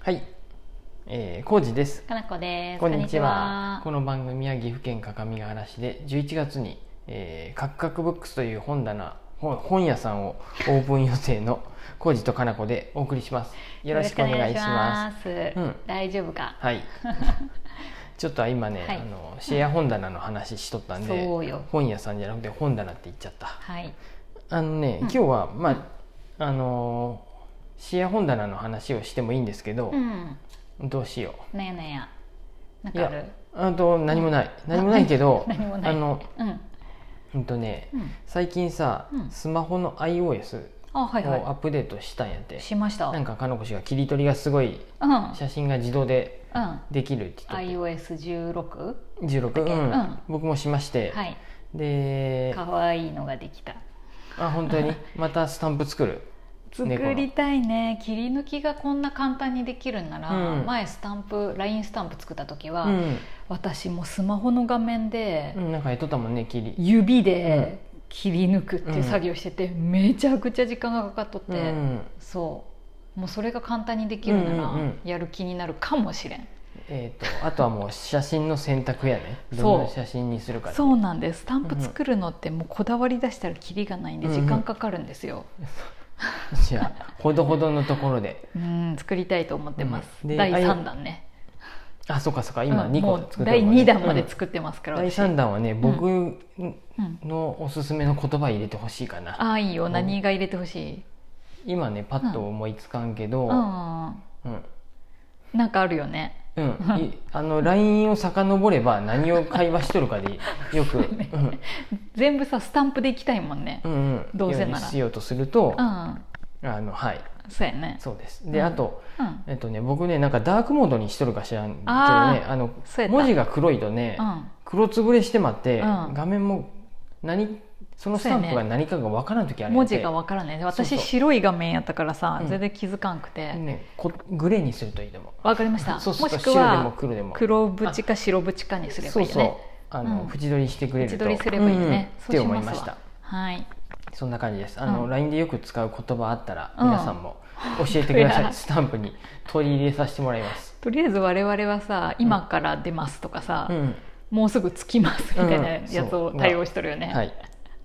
はい、えー、コウジです。かなこです。こんにちは。ここの番組は岐阜県各務原市で11月に、えー、カクカクブックスという本棚本本屋さん をオープン予定のコウジとかなこでお送りします。んにちはよろしくお願いします。よろしくお願いしうますん大丈夫か。 はい。ちょっと今ね、はいあのシェア本棚の話しとったん でそうよ本屋さんじゃなくて本棚って言っちゃった。はい。あのね、今日はまああのーシェア本棚の話をしてもいいんですけどう、ん。どうしよう。なんやなんや。なんいかあやる。、、あと何もない、何もないけど 何もない。あの、うん。うんとね、うん。最近さ、うんスマホの iOS あ、はをアいはップデートしたんやって、い。しました。う。なんんかかのこ氏が切り取りがすごいうん。写真が自動でできるって言っ iOS 十六。て16、うんうん僕もしまして、はい。で可愛いのができた。あ本当にまたスタンプ作る作猫のりたいね切り抜きがこんな簡単にできるんなら、うん前スタンプ LINE スタンプ作った時は、うん、私もスマホの画面で、うん、なんかやっとったもんね切り、指で切り抜くっていううん作業してて、めちゃくちゃ時間がかかっとって、うんそうもうそれが簡単にできるなうんうんうらんやる気になるかもしれん、えー、とあとはもう写真の選択やねそうどんな写真にするかってそうなんですスタンプ作るのってもうこだわり出したらキリがないんでうんう時ん間かかるんですよ、じゃあほどほどのところでうん作りたいと思ってます、うんで第あい3弾ねあそうかそうか今うん2も個う作ったもんね第2弾まうでん作ってますから、第私3弾はね僕うん、のおすすめの言葉入れてほしいかな、ああいいようん何が入れてほしい、今ねパッと思いつかんけど、ううんん、うんなんかあるよねいあの LINE を遡れば何を会話しとるか でよく、うん全部さスタンプでいきたいもんねうんうん、どうせならよにしようとするとう、んあのはいそうやねそうですで、うんあと、うんえっとね、僕ねなんかダークモードにしとるか知らんけどねあーあのそうやった文字が黒いとね、うん黒つぶれしてまって、うん画面も何そのスタンプが何かがわからん時あるんや文って字がわからないそう私そう白い画面やったからさ、うん全然気づかんくてね、こグレーにするといいと思うわかりましたそうするともしく白でもは黒でも黒縁か白縁かにすればそいういよそう、ねあの、うん縁取りしてくれると縁取りすればいいねうんそうってし思まいすわましたはいそんな感じですあの、うん LINE でよく使う言葉あったらうん皆さんも教えてください、 いやスタンプに取り入れさせてもらいますとりあえず我々はさ今から出ますとかさ、うんもうすぐ着きますみたいなやつをうん対応しとるよね、はい、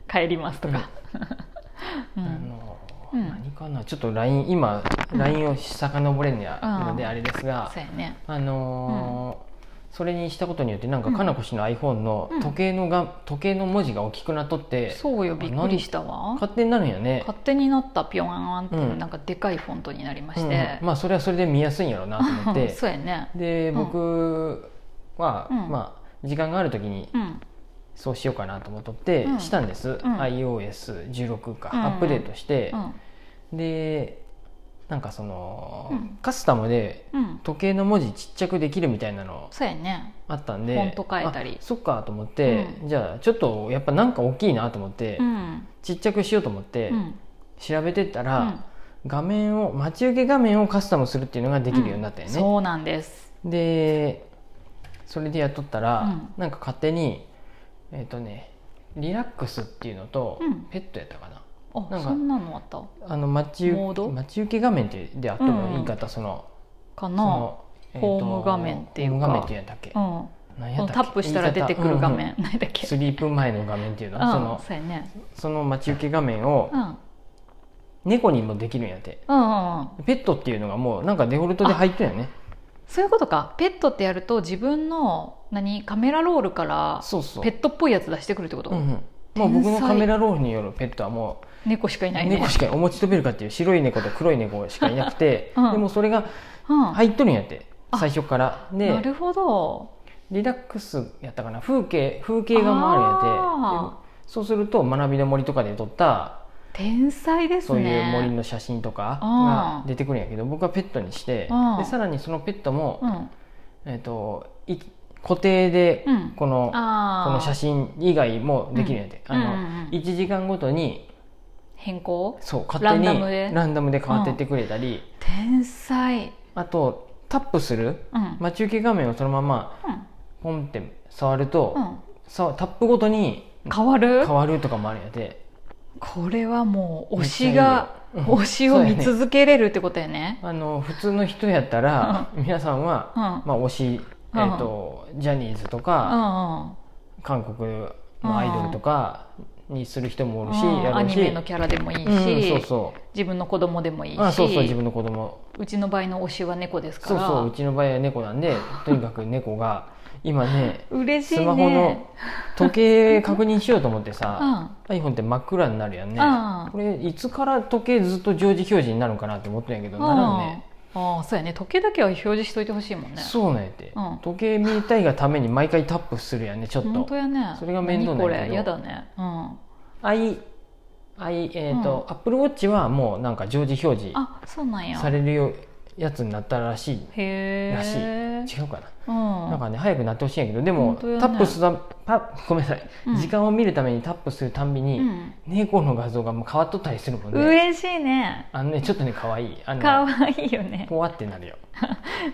帰りますとか、 うんあのうん何かなちょっと LINE 今うん LINE を遡れんのやうんのであれですが、そうやねあのーそれにしたことによってなんかかなこ氏の iPhone のうん時計のが、時計の文字が大きくなっとってそうよびっくりしたわ勝手になるんよね勝手になったピョンってうんなんかでかいフォントになりましうんてうん、まあそれはそれで見やすいんやろうなと思って そうやねで僕は、うんまあ時間がある時にうんそうしようかなと思っとって、うんしたんです、iOS16 か、アップデートしてう、んでなんかその、うんカスタムでうん時計の文字ちっちゃくできるみたいなのそうやねあったんでフォント変えたりあそっかと思って、うんじゃあちょっとやっぱなんか大きいなと思って、うんちっちゃくしようと思って、うん調べてったうら、ん画面を待ち受け画面をカスタムするっていうのができるようになったよね、そうなんですでそれでやっとったら、うんなんか勝手にえっ、とねリラックスっていうのと、うんペットやったかなあなんかそんなのあったあの待ちモー受ドけ待ち受け画面ってであってもうん言い方、そのかそなの、えーとホーム画面っていうホかーム画面っていうんだっけう、ん何やこったっのけタップしたら出てくる画言い面方何だっうんけスリープ前の画面っていううの、んそのそうやねその待ち受け画面をうんうん猫にもできるんやって、うんうんペットっていうのがもうなんかデフォルトで入ってるよねそういうことかペットってやると自分の何カメラロールからそうそうペットっぽいやつ出してくるってこと、うんうんもう僕の天才カメラロールによるペットはもう猫しかいないね猫しかお持ちとベルカっていう白い猫と黒い猫しかいなくて、うんでもそれがうん入っとるんやってあ最初からなでるほどリラックスやったかな風景風景画もあるんやあってでそうすると学びの森とかで撮った天才ですねそういう森の写真とかが出てくるんやけど僕はペットにしてうんでさらにそのペットも、うんえっとい固定でうんこの、あこの写真真以外もできるんやって、うんあのうんうんうん1時間ごとに変更そう勝手にランダムでランダムで変わってってくれたり、天才あとタップするうん、待ち受け画面をそのままうんポンって触ると、うんさタップごとに変わる変わるとかもあるんやでこれはもう推しがが 推しを見続けれるってことや ねあの普通の人やったら皆さんは、うんまあ、推し、えー、とジャニーズとか、韓国のアイドルとかにする人もおうんうるんし、やアるニしメのキャラでもいいし、うん、そうそ自分の子供でもいいうしあそうそう自分の子供うちの場合の推しは猫ですかそうらそううちの場合は猫なんで とにかく猫が今ね嬉しいスねマホの時計確認しようと思ってうさ、ん iPhone って真っ暗になるやんね、うんこれいつから時計ずっと常時表示になるんかなって思ってんやけど、ならんねうんああそうやね時計だけは表示しといてほしいもんねそうなんやって、うん時計見たいがために毎回タップするやんねちょっ本と当やねそれが面倒なん何こやけれどやだねうんアイアイえっ、と、アップルウォッチはもうなんか常時表示あそうなんやされるよやつになったらしいへえらしい違うかな、うんなんかね早くなってほしいんやけどでも、本当よねタップするたパごめんなさい、うん時間を見るためにタップするたんびに、うん猫の画像がもう変わっとったりするもんね嬉しいねあのねちょっとね可愛いあの可愛いよねポワってなるよ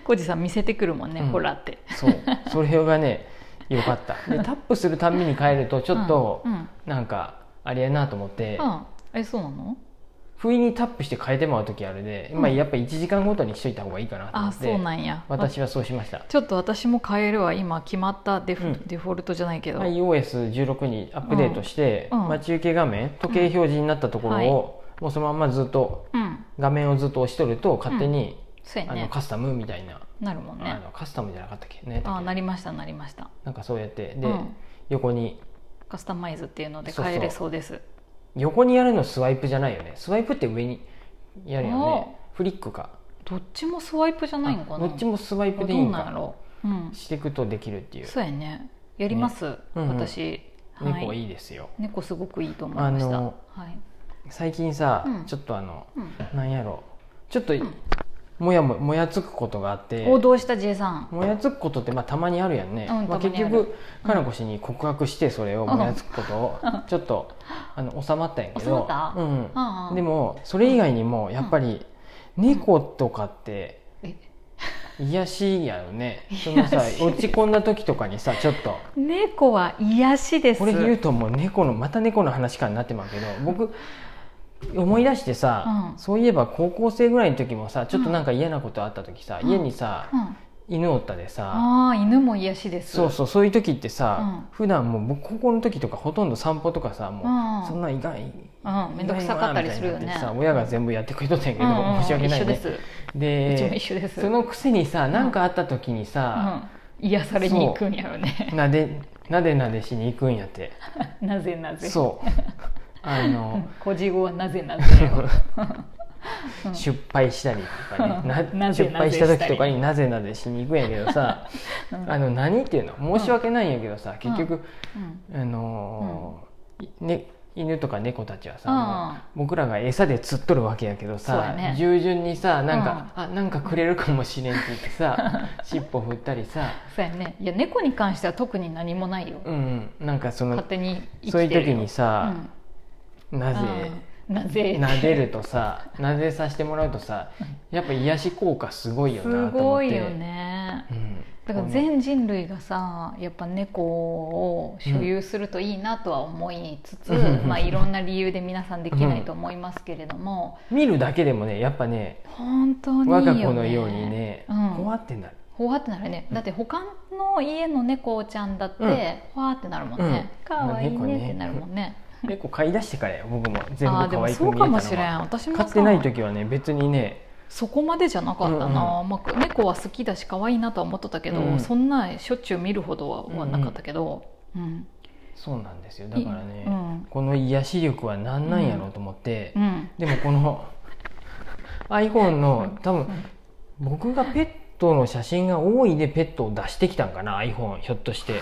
コジさん見せてくるもんね、うんほらってそうそれがねよかったでタップするたんびに変えるとちょっと、うんうんなんかあれやなと思って、うんえそうなの不意にタップして変えてもらう時あるで、うんまあ、やっぱ1時間ごとにしといた方がいいかなと思あってそうなんや私はそうしましたちょっと私も変えるは今決まったデフ,、うんデフォルトじゃないけど、 iOS16 にアップデートして、うんうん待ち受け画面時計表示になったところを、はいもうそのまんまずっとうん画面をずっと押しとると勝手に、そうやあのねカスタムみたいな、なるもんあねのカスタムじゃなかったっけねあなりましたなりましたなんかそうやってで、うん横にカスタマイズっていうのでそうそう変えれそうです横にやるのスワイプじゃないよねスワイプって上にやるよねおフリックかどっちもスワイプじゃないのかあなどっちもスワイプあでいどいうんなんやかろう、うん、していくとできるっていうそうやねやります、うんうん私、猫いいいですよ猫すごくいいと思いましたあのはい最近さ、うんちょっとあのうんなんやろちょっとんもやももやつくことがあって王道した J さんもやつくことってまあたまにあるやんね、うんまあ、たま結にある局かなこ氏に告白してそれをもやつくことをうんちょっとあの収まったんやけ収まどったうんうんうんでもそれ以外にもやっぱり猫とかってえ癒しやよねそのさ癒し落ち込んだ時とかにさちょっと猫は癒しですこれ言うともう猫のまた猫の話からなってまうけど僕思い出してさ、うんそういえば高校生ぐらいの時もさちょっとなんか嫌なことあった時さ、うん家にさ、うん犬おったでさ、ああ犬も癒しですそうそうそういう時ってさ、うん普段もう僕高校の時とかほとんど散歩とかさもう、うんそんなん意外うん面倒くさかったりするよね意外なみたいになってさ親が全部やってくれとったんやけど、うんうん申し訳ない一緒でねす、うちもで一緒ですそのくせにさ何かあった時にさ、うん、癒されに行くんやろねなでなでなでしに行くんやってなぜなぜ そうあの、 ん小事語はなぜなぜようん失敗したりとかねななぜ失敗した時とかなぜしたになぜなぜしに行くんやけどさうんあの何っていうの申し訳ないんやけどさ、うん結局、うんあのーいね、犬とか猫たちはさ、うんもう僕らが餌で釣っとるわけやけどそうやさ、ね従順にさなんか、あなんかくれるかもしれんって言ってさ尻尾振ったりさ、そうやねいや猫に関しては特に何もないよ、うん、なんかその勝手に生きてるよそういう時にうさ、んなぜ、うんなぜ撫でるとさ撫でさせてもらうとさやっぱ癒し効果すごいよなすと思っごていよねうんだから全人類がさやっぱ猫を所有するといいなとは思いつつ、うんまあ、いろんな理由で皆さんできないと思いますけれども、見るだけでもねやっぱね本当にいいよ、我ね、が子のようにねうん怖ってなるほわってなるねだって他の家の猫ちゃんだって、ほわってなるもんね、うんかわいいまあ猫ねねってなるもんね、猫飼い出してからよ僕も全ああ部ーで可も愛くそ見えうたかのもはしれん私も飼さってない時はね別にねそこまでじゃなかったな、まあ猫は好きだし可愛いなとは思ってたけど、うんそんなしょっちゅう見るほどははなかったけど、うんそうなんですよだからうねんこの癒し力は何なんやろうと思ってうんでもこの iPhone の多分僕がペットの写真が多いでペットを出してきたんかな iPhone ひょっとして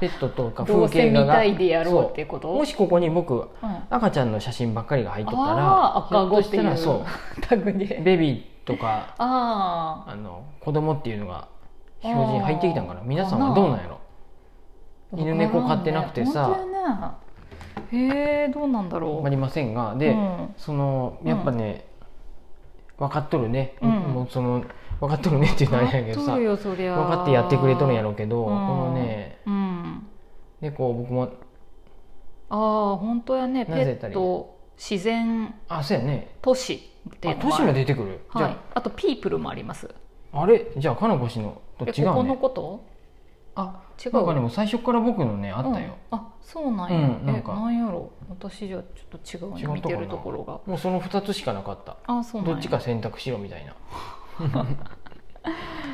ペットとかど風うせ景見画がたいでやろうっていうこそとうもしここに僕うん、赤ちゃんの写真ばっかりが入っとったらああー赤子っていひょうとしたらそタグうでベビーとかあああの子供っていうのが表示に入ってきたんかな皆さんはどうなんやろ犬猫飼ってなくてさ本当やねへえどうなんだわろかうりませんがで、うんそのやっぱね、分かっとるね、うんもうその分かっとるねっていうのはあれやけどさ分分よそりゃかってやってくれとるんやろうけど、うんこのねうん猫を僕もああ本当やねペなぜたッりト自然あそうやね都市っていあうの都もあ市るも出てくる、じはいゃ、あとピープルもありますああれじゃあかなこ氏のとえ違ここうのねことあ違うなんかでも最初から僕のねあったよ、うんあそうなんや、うんなんえかなんやろ私じゃちょっと違うね違見ったてかなるところがもうその2つしかなかったあそうなんどやっちか選択しろみたい な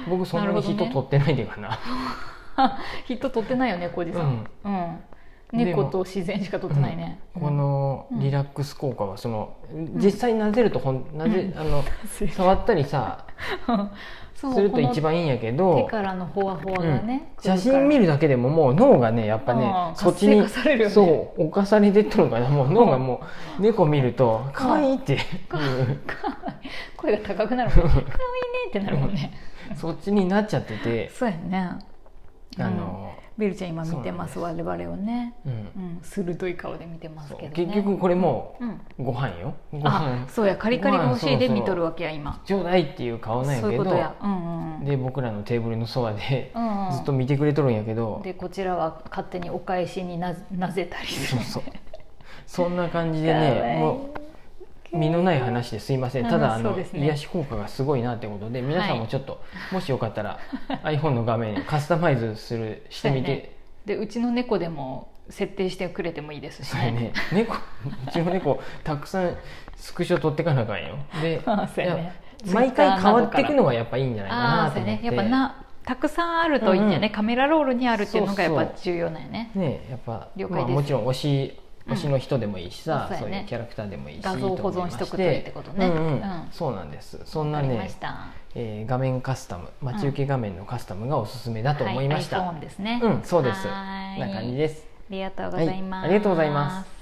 僕そんななにるほどね人取ってないでかなきっと取ってないよね小路さんうん、でも猫と自然しか取ってないね、このリラックス効果はその、実際なぜるとほんなぜ、うんあの触ったりさそうするとこの一番いいんやけ手どからのほわほわがね、写真見るるだけでももう脳がねやっぱあねあそっちに活性化されるよねそう侵されてっとるからもう脳がもう猫見ると可愛いっていう 声が高くなるも んね可愛いねってなるもんね、そっちになっちゃっててそうやねあの、うんビルちゃん今見てます我々をね、うんうん、鋭い顔で見てますそうけど、ね、結局これもうん、うご飯よごあ飯そうやカリカリが欲しいご飯そうでそう見とるわけや今ちょうだいっていう顔なんやそういけうことやどうんうんで僕らのテーブルのそばでうんうんずっと見てくれとるんやけどでこちらは勝手にお返しにななぜたりす そるうそうそんな感じでかわいねいもう身のない話ですいませんあただあそうのですね癒し効果がすごいなってことで皆さんもちょっともしよかった ら iPhone の画面にカスタマイズするしてみそうやてねでうちの猫でも設定してくれてもいいですしそうやね猫うちの猫たくさんスクショ取ってかなあかんよであ そうやねいや毎回変わっていくのがやっぱいいんじゃないかあなあとそう思やっねてやっぱなたくさんあるといいんだよね、うんカメラロールにあるっていうのがやっそうぱそ重要なんよねねやっぱ了解ですまあ、もちろん推し推しの人でもいいしさ、うんあそそううやねいうキャラクターでもいいし画像を保存しとくといいってことねいい思いましてうんうんうんそうなんですそんなわかりまねし、たえー画面カスタム待ち受け画面のカスタムがおすすめだと思いました、はい、iPhone ですねうんそうですはーいな感じですありがとうございます、はいありがとうございます